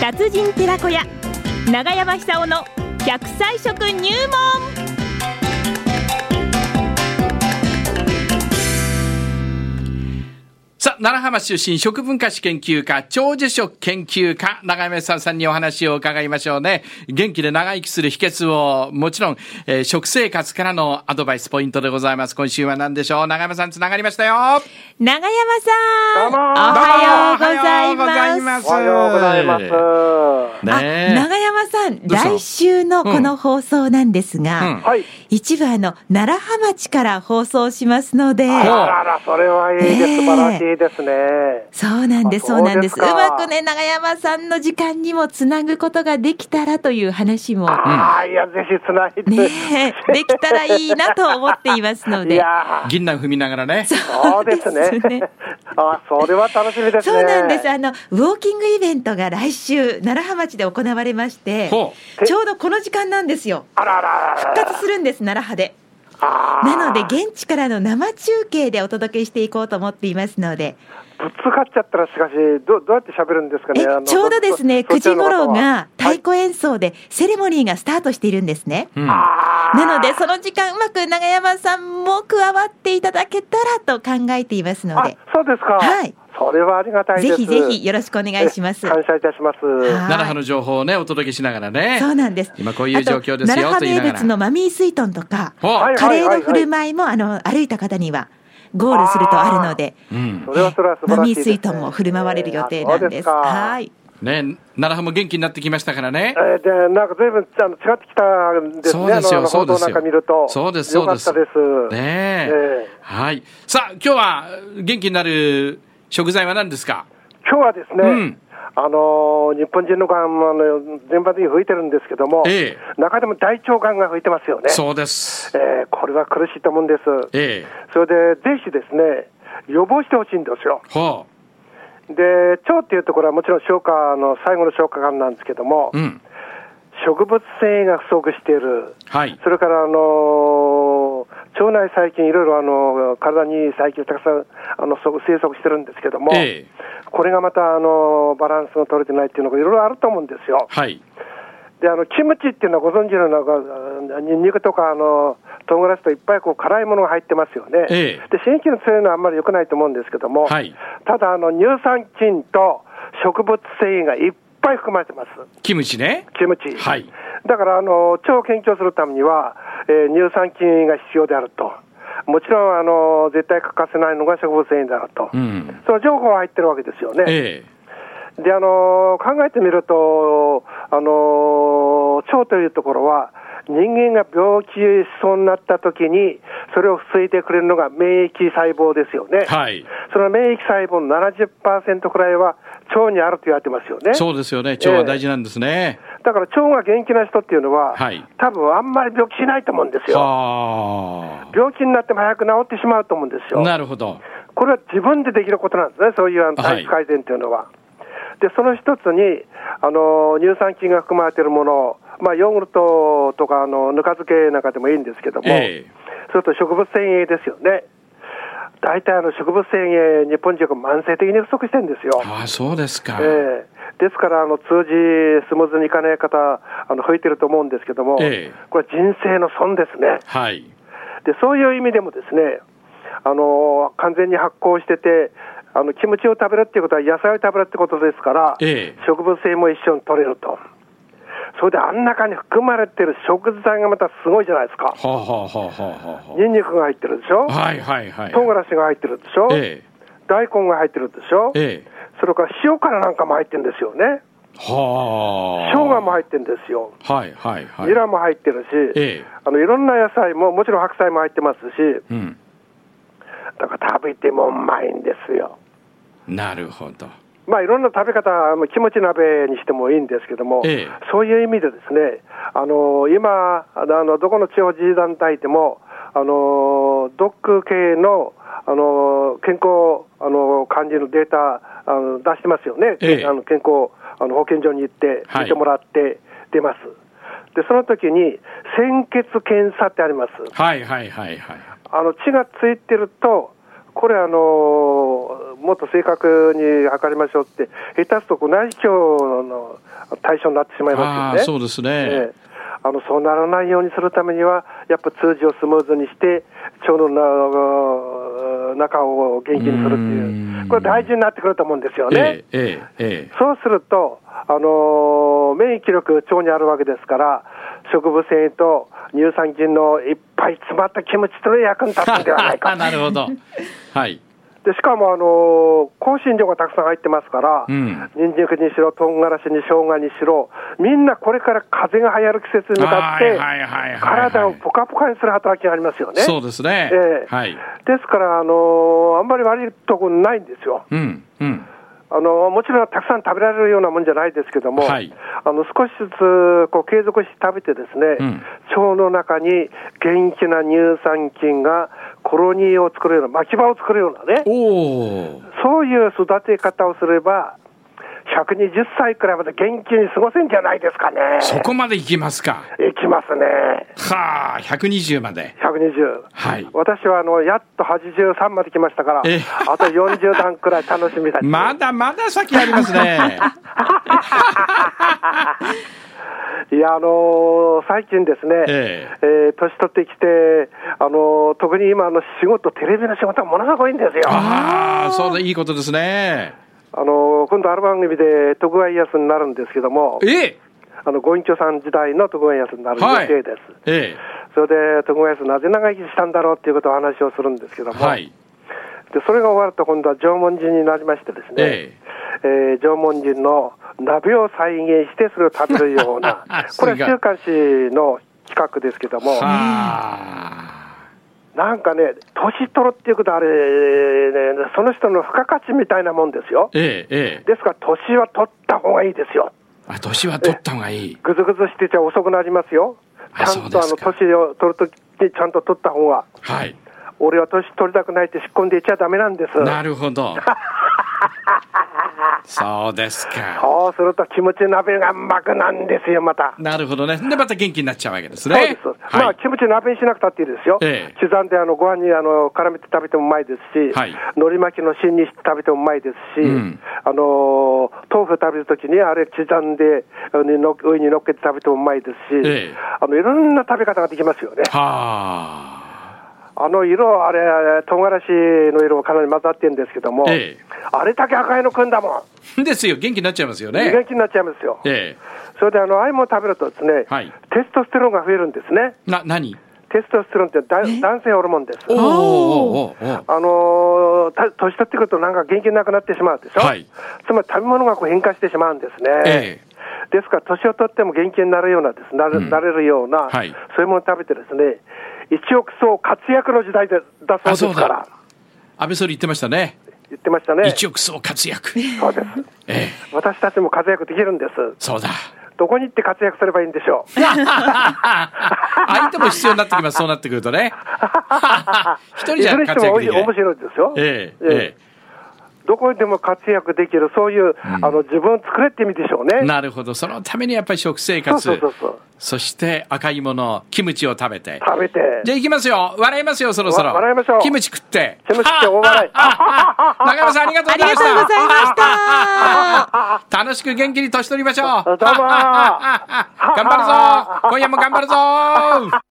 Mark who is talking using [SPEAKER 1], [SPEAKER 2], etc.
[SPEAKER 1] 達人寺子屋長山久夫の100歳食入門
[SPEAKER 2] さあ、奈良浜出身食文化史研究家、長寿食研究家、長山さんさんにお話を伺いましょうね。元気で長生きする秘訣を、もちろん、えー食生活からのアドバイスポイントでございます。今週は何でしょう長山さん、つながりましたよ
[SPEAKER 1] 長山さん
[SPEAKER 3] どうも
[SPEAKER 1] お
[SPEAKER 2] どうも
[SPEAKER 1] はようござい
[SPEAKER 2] おはようござい
[SPEAKER 1] ま
[SPEAKER 2] ますす
[SPEAKER 3] おはようございます。は
[SPEAKER 1] あ
[SPEAKER 2] ね
[SPEAKER 1] 長山さん
[SPEAKER 2] どうした
[SPEAKER 1] 来週のこの放送なんです
[SPEAKER 2] え。
[SPEAKER 1] が、
[SPEAKER 2] うん。
[SPEAKER 3] い。
[SPEAKER 1] 一部あの楢葉町から放送しますので
[SPEAKER 3] あらら、それはいいです。
[SPEAKER 1] ええ
[SPEAKER 3] 素晴らしいですね。
[SPEAKER 1] そうなんです、
[SPEAKER 3] あ
[SPEAKER 1] そうなんです。う
[SPEAKER 3] そうです
[SPEAKER 1] ま
[SPEAKER 3] か
[SPEAKER 1] くね、長山さんの時間にもつなぐことができたらという話も、
[SPEAKER 3] ああ、いや、ぜひつないで。
[SPEAKER 1] ねえ、できたらいいなと思っていますの
[SPEAKER 3] い
[SPEAKER 1] で。
[SPEAKER 3] やー
[SPEAKER 2] 銀杏踏みながらね。
[SPEAKER 3] そうです
[SPEAKER 1] そうですね
[SPEAKER 3] ね。あそれは楽しみですね。
[SPEAKER 1] そうなんです。あの、ウォーキングイベントが来週、楢葉町で行われまして、
[SPEAKER 2] ほ
[SPEAKER 1] ちょうどこの時間なんですよ。
[SPEAKER 3] あらららら
[SPEAKER 1] 復活するんです、楢葉で。
[SPEAKER 3] あー
[SPEAKER 1] なので、現地からの生中継でお届けしていこうと思っていますので、
[SPEAKER 3] ぶつかっちゃったら、しかし、どどうやって喋るんですかね
[SPEAKER 1] え。
[SPEAKER 3] あの
[SPEAKER 1] ちょうどですね、
[SPEAKER 3] そ
[SPEAKER 1] 9時頃
[SPEAKER 3] そちらの方は
[SPEAKER 1] が太鼓演奏でセレモニーがスタートしているんですね。
[SPEAKER 2] う。うん。
[SPEAKER 3] あー
[SPEAKER 1] なので、その時間、うまく長山さんも加わっていただけたらと考えていますの
[SPEAKER 3] あ
[SPEAKER 1] で、、
[SPEAKER 3] そうですか。
[SPEAKER 1] はい
[SPEAKER 3] それはありがたいで
[SPEAKER 1] ぜ
[SPEAKER 3] す。
[SPEAKER 1] ひぜひよろしくお願いします。
[SPEAKER 3] え感謝いたします。
[SPEAKER 1] は
[SPEAKER 2] 奈良葉の情報をね、お届けしながらね。
[SPEAKER 1] そうなんです。
[SPEAKER 2] 今こういう状況ですよ
[SPEAKER 1] あと
[SPEAKER 2] と
[SPEAKER 1] 奈良
[SPEAKER 2] 言いなが
[SPEAKER 1] 名
[SPEAKER 2] ら
[SPEAKER 1] 物のマミースイートンとか、
[SPEAKER 2] ほう。
[SPEAKER 3] はい
[SPEAKER 1] カレーの振る舞いも、あの、歩いた方にはゴールするとあるので、
[SPEAKER 2] うん。
[SPEAKER 3] それはそれは素晴
[SPEAKER 1] マ
[SPEAKER 3] らし
[SPEAKER 1] ミ
[SPEAKER 3] い
[SPEAKER 1] ー
[SPEAKER 3] です、
[SPEAKER 1] ス
[SPEAKER 3] ね。
[SPEAKER 1] イートンも振る舞われる予定なんです。
[SPEAKER 3] あそうか
[SPEAKER 1] はい。
[SPEAKER 2] ね奈良葉も元気になってきましたからね。
[SPEAKER 3] えーでなんか随分あの違ってきたんですね。
[SPEAKER 2] そうですよ
[SPEAKER 3] あの
[SPEAKER 2] そう
[SPEAKER 3] 報
[SPEAKER 2] ですよ
[SPEAKER 3] 道なんか見ると。
[SPEAKER 2] そうですそうです
[SPEAKER 3] よかったです。
[SPEAKER 2] ねえ。
[SPEAKER 3] ええ
[SPEAKER 2] はい。さあ、今日は元気になる食材は何ですか
[SPEAKER 3] 今日はですね、
[SPEAKER 2] うん
[SPEAKER 3] あのー日本人のがんもあの全般的に吹いてるんですけども、
[SPEAKER 2] え
[SPEAKER 3] 中でも大腸がんが吹いてますよね。
[SPEAKER 2] そうです。
[SPEAKER 3] えーこれは苦しいと思うんです。
[SPEAKER 2] ええ。
[SPEAKER 3] それで、ぜひですね、予防してほしいんですよ。
[SPEAKER 2] ほ
[SPEAKER 3] で、腸っていうところはもちろん消化の最後の消化がんなんですけども、
[SPEAKER 2] う。うん。
[SPEAKER 3] 植物繊維が不足している。
[SPEAKER 2] はい。
[SPEAKER 3] それから、あのー腸内細菌、いろいろ、あのー体にいい細菌たくさんあのそ生息してるんですけども、
[SPEAKER 2] ええ。
[SPEAKER 3] これがまた、あのーバランスが取れてないっていうのがいろいろあると思うんですよ。
[SPEAKER 2] はい。
[SPEAKER 3] であのキムチっていうのはご存知のなんかあニンニクとかあの唐辛子といっぱいこう辛いものが入ってますよね、
[SPEAKER 2] ええ
[SPEAKER 3] で刺激の強いのはあんまり良くないと思うんですけども、
[SPEAKER 2] はい
[SPEAKER 3] ただあの乳酸菌と植物繊維がいっぱい含まれてます
[SPEAKER 2] キムチね。
[SPEAKER 3] キムチ、
[SPEAKER 2] はい
[SPEAKER 3] だからあの腸を研究するためには、えー乳酸菌が必要であるともちろんあの絶対欠かせないのが植物繊維であると、
[SPEAKER 2] うん。
[SPEAKER 3] その情報が入ってるわけですよね、
[SPEAKER 2] ええ。
[SPEAKER 3] で、あのー考えてみると、あのー腸というところは、人間が病気しそうになった時に、それを防いでくれるのが免疫細胞ですよね。
[SPEAKER 2] はい。
[SPEAKER 3] その免疫細胞の70%くらいは腸にあると言われてますよね。
[SPEAKER 2] そうですよね。腸は大事なんですね。
[SPEAKER 3] だから腸が元気な人っていうのは、
[SPEAKER 2] はい
[SPEAKER 3] 多分あんまり病気しないと思うんですよ。
[SPEAKER 2] は
[SPEAKER 3] 病気になっても早く治ってしまうと思うんです
[SPEAKER 2] あ。
[SPEAKER 3] よ。
[SPEAKER 2] なるほど。
[SPEAKER 3] これは自分でできることなんですね、そういうあの
[SPEAKER 2] はい
[SPEAKER 3] 体質改善というのは。で、その一つに、あの乳酸菌が含まれているもの、まあ、ヨーグルトとかあのぬか漬けなんかでもいいんですけども、
[SPEAKER 2] ええ。
[SPEAKER 3] それと植物繊維ですよね。大体あの植物繊維、日本人が慢性的に不足してるんですよ。
[SPEAKER 2] ああ、そうですか。
[SPEAKER 3] ええですからあの、通じスムーズにいかない方、あの吹いてると思うんですけども、
[SPEAKER 2] ええ
[SPEAKER 3] これ、人生の損ですね。
[SPEAKER 2] はい。
[SPEAKER 3] でそういう意味でもですね、あの完全に発酵してて、あのキムチを食べるっていうことは野菜を食べるってことですから、
[SPEAKER 2] ええ
[SPEAKER 3] 植物性も一緒に取れると。それであん中に含まれてる食材がまたすごいじゃないですか。
[SPEAKER 2] はあ、はあはあはあは
[SPEAKER 3] ニンニクが入ってるでしょ
[SPEAKER 2] あ、はいはいはい。
[SPEAKER 3] 唐辛子が入ってるでしょ、
[SPEAKER 2] え
[SPEAKER 3] 大根が入ってるでしょ
[SPEAKER 2] え。、ええ。
[SPEAKER 3] それから塩辛なんかも入ってるんですよね。
[SPEAKER 2] はあ。
[SPEAKER 3] 生姜も入ってるんですよ。
[SPEAKER 2] はいはいはい。
[SPEAKER 3] ニラも入ってるし、
[SPEAKER 2] ええ
[SPEAKER 3] あのいろんな野菜も、もちろん白菜も入ってますし、
[SPEAKER 2] うん。
[SPEAKER 3] だから食べてもうまいんですよ。
[SPEAKER 2] なるほど。
[SPEAKER 3] まあ、いろんな食べ方、あのキムチ鍋にしてもいいんですけども、
[SPEAKER 2] ええ
[SPEAKER 3] そういう意味でですね、あの今あの、どこの地方自治団体でも、あのドック系のあの健康あの管理のデータあの出してますよね、
[SPEAKER 2] ええ
[SPEAKER 3] あの健康あの保健所に行って、
[SPEAKER 2] はい
[SPEAKER 3] 見てもらって出ます。でその時に、鮮血検査ってあります。
[SPEAKER 2] はいはいはいはい。
[SPEAKER 3] あの血がついてると、これ、あのーもっと正確に測りましょうって、下手すると宮内庁の対象になってしまい
[SPEAKER 2] あ
[SPEAKER 3] ま
[SPEAKER 2] あ
[SPEAKER 3] すよ
[SPEAKER 2] そ
[SPEAKER 3] ね。
[SPEAKER 2] うですね、
[SPEAKER 3] ええあのそうならないようにするためには、やっぱ通常スムーズにして、腸のな中を元気にするって
[SPEAKER 2] う
[SPEAKER 3] い
[SPEAKER 2] ん
[SPEAKER 3] う、これ、大事になってくると思うんですよね。
[SPEAKER 2] えええええ
[SPEAKER 3] そうすると、あのー免疫力、腸にあるわけですから、植物繊維と乳酸菌のいっぱい詰まったキムチというのが役に立つんではない
[SPEAKER 2] え
[SPEAKER 3] か。
[SPEAKER 2] なるほどはい
[SPEAKER 3] でしかも、あのー香辛料がたくさん入ってますから、
[SPEAKER 2] うん
[SPEAKER 3] ニンジンにしろ、唐辛子に生姜にしろ、みんなこれから風邪が流行る季節に向かっ
[SPEAKER 2] は
[SPEAKER 3] て
[SPEAKER 2] いはいはいはいはい、
[SPEAKER 3] 体をポカポカにする働きがありますよね。
[SPEAKER 2] そうですね、
[SPEAKER 3] ええ
[SPEAKER 2] はい
[SPEAKER 3] ですから、あのーあんまり悪いとこないんですよ。
[SPEAKER 2] うんうん
[SPEAKER 3] あのもちろんたくさん食べられるようなもんじゃないですけども、
[SPEAKER 2] はい
[SPEAKER 3] あの少しずつこう継続して食べて、ですね、
[SPEAKER 2] うん
[SPEAKER 3] 腸の中に元気な乳酸菌がコロニーを作るような、巻き場を作るようなね、
[SPEAKER 2] おお
[SPEAKER 3] そういう育て方をすれば、120歳くらいまで元気に過ごせんじゃないですかね。
[SPEAKER 2] そこまでいきますか
[SPEAKER 3] いきますね、
[SPEAKER 2] はあ120まで
[SPEAKER 3] 120。
[SPEAKER 2] はい
[SPEAKER 3] 私はあのやっと83まで来ましたから、
[SPEAKER 2] ええ
[SPEAKER 3] あと40段くらい楽しみ だ
[SPEAKER 2] まだまだ先あります ね
[SPEAKER 3] いや、あのー最近ですね、
[SPEAKER 2] え
[SPEAKER 3] えー年取ってきて、あのー特に今、あの仕事、テレビの仕事がものすごいんですよ。あ、
[SPEAKER 2] ああそうだいいことですね
[SPEAKER 3] のー今度、ある番組で徳川家康になるんですけども、
[SPEAKER 2] ええ
[SPEAKER 3] あのご隠居さん時代の徳川家康になる予
[SPEAKER 2] はい
[SPEAKER 3] 定です。
[SPEAKER 2] え
[SPEAKER 3] それで徳川家康、なぜ長生きしたんだろうっていうことをお話をするんですけど
[SPEAKER 2] え
[SPEAKER 3] も、
[SPEAKER 2] はい
[SPEAKER 3] でそれが終わると、今度は縄文人になりましてですね、
[SPEAKER 2] え、
[SPEAKER 3] えー縄文人の鍋を再現して、それを食べるようなこれ
[SPEAKER 2] すご
[SPEAKER 3] はい週刊誌の企画ですけども。
[SPEAKER 2] はあ
[SPEAKER 3] なんかね、年取るっていうことはあれ、ねその人の付加価値みたいなもんですよ。
[SPEAKER 2] ええええ
[SPEAKER 3] ですから、年は取った方がいいですよ。
[SPEAKER 2] あ年は取った方がいい
[SPEAKER 3] ぐずぐずしてちゃ遅くなりますよ。
[SPEAKER 2] あ
[SPEAKER 3] ちゃんとあ
[SPEAKER 2] そう
[SPEAKER 3] の
[SPEAKER 2] ですか
[SPEAKER 3] 年を取るときにちゃんと取った方が、
[SPEAKER 2] はい
[SPEAKER 3] 俺は年取りたくないって突っ込んでいっちゃダメなんです。
[SPEAKER 2] なるほ どそうですか
[SPEAKER 3] そうすると、キムチ鍋がうまくなんですよ、また。
[SPEAKER 2] なるほどねでまた元気になっちゃうわけですね
[SPEAKER 3] そうです、
[SPEAKER 2] はい、
[SPEAKER 3] まあ、キムチ鍋にしなくたっていいですよ、
[SPEAKER 2] ええ
[SPEAKER 3] 刻んであのご飯にあの絡めて食べてもうまいですし、
[SPEAKER 2] はい
[SPEAKER 3] 海苔巻きの芯にして食べてもうまいですし、
[SPEAKER 2] うん
[SPEAKER 3] あのー豆腐食べるときにあれ刻んであのの上に乗っけて食べてもうまいですし、
[SPEAKER 2] ええ
[SPEAKER 3] あのいろんな食べ方ができますよね。
[SPEAKER 2] はあ
[SPEAKER 3] あの色、あれ、唐辛子の色もかなり混ざってるんですけども、
[SPEAKER 2] ええ
[SPEAKER 3] あれだけ赤いの食うんだもん、
[SPEAKER 2] ですよ元気になっちゃいますよ
[SPEAKER 3] 元
[SPEAKER 2] ね
[SPEAKER 3] 気になっちゃいますよ。
[SPEAKER 2] え
[SPEAKER 3] それであの、ああいうもの食べるとですね、
[SPEAKER 2] はい
[SPEAKER 3] テストステロンが増えるんですね。
[SPEAKER 2] えな何
[SPEAKER 3] テストステロンってだ男性ホルモンです。
[SPEAKER 2] おーおーおーおー
[SPEAKER 3] あのーた年取ってくるとなんか元気なくなってしまうでしょ、
[SPEAKER 2] はい
[SPEAKER 3] つまり食べ物がこう変化してしまうんですね。
[SPEAKER 2] ええ
[SPEAKER 3] ですから、年を取っても元気になるようなです、なる,、
[SPEAKER 2] うん
[SPEAKER 3] なれるような、
[SPEAKER 2] はい
[SPEAKER 3] そういうものを食べてですね、一億層活躍の時代でだ
[SPEAKER 2] あ
[SPEAKER 3] そ
[SPEAKER 2] そう
[SPEAKER 3] うですから
[SPEAKER 2] だ、安倍総理言ってましたね
[SPEAKER 3] 言ってましたね。
[SPEAKER 2] 一億総活躍
[SPEAKER 3] そうです。
[SPEAKER 2] ええ
[SPEAKER 3] 私たちも活躍できるんです。
[SPEAKER 2] そうだ
[SPEAKER 3] どこに行って活躍すればいいんでしょう。
[SPEAKER 2] 相手も必要になってきますそうなってくると ね一人
[SPEAKER 3] い
[SPEAKER 2] じゃ
[SPEAKER 3] ずれにして
[SPEAKER 2] 活
[SPEAKER 3] も
[SPEAKER 2] 躍でき
[SPEAKER 3] 面
[SPEAKER 2] ない
[SPEAKER 3] 白いですよ。
[SPEAKER 2] ええ
[SPEAKER 3] え
[SPEAKER 2] え
[SPEAKER 3] えどこにでも活躍できる、そういう、あの自分を作れって意味でしょう
[SPEAKER 2] え
[SPEAKER 3] ね。
[SPEAKER 2] なるほどそのためにやっぱり食生
[SPEAKER 3] そう
[SPEAKER 2] 活
[SPEAKER 3] そうそうそう。
[SPEAKER 2] そして赤いもの、キムチを食べて。
[SPEAKER 3] 食べて。
[SPEAKER 2] じゃあ行きますよ。笑いますよ、そろそろ。
[SPEAKER 3] わ笑いましょう
[SPEAKER 2] キムチ食って。
[SPEAKER 3] キムチ食って大笑い
[SPEAKER 2] あああああ中山さん、ありがとう
[SPEAKER 1] あ
[SPEAKER 2] ご
[SPEAKER 1] り
[SPEAKER 2] ざい
[SPEAKER 1] がと
[SPEAKER 2] ま
[SPEAKER 1] うご
[SPEAKER 2] し
[SPEAKER 1] ざいました。
[SPEAKER 2] た。楽しく元気に年取りましょう。
[SPEAKER 3] どうも
[SPEAKER 2] 頑張るぞ今夜も頑張るぞ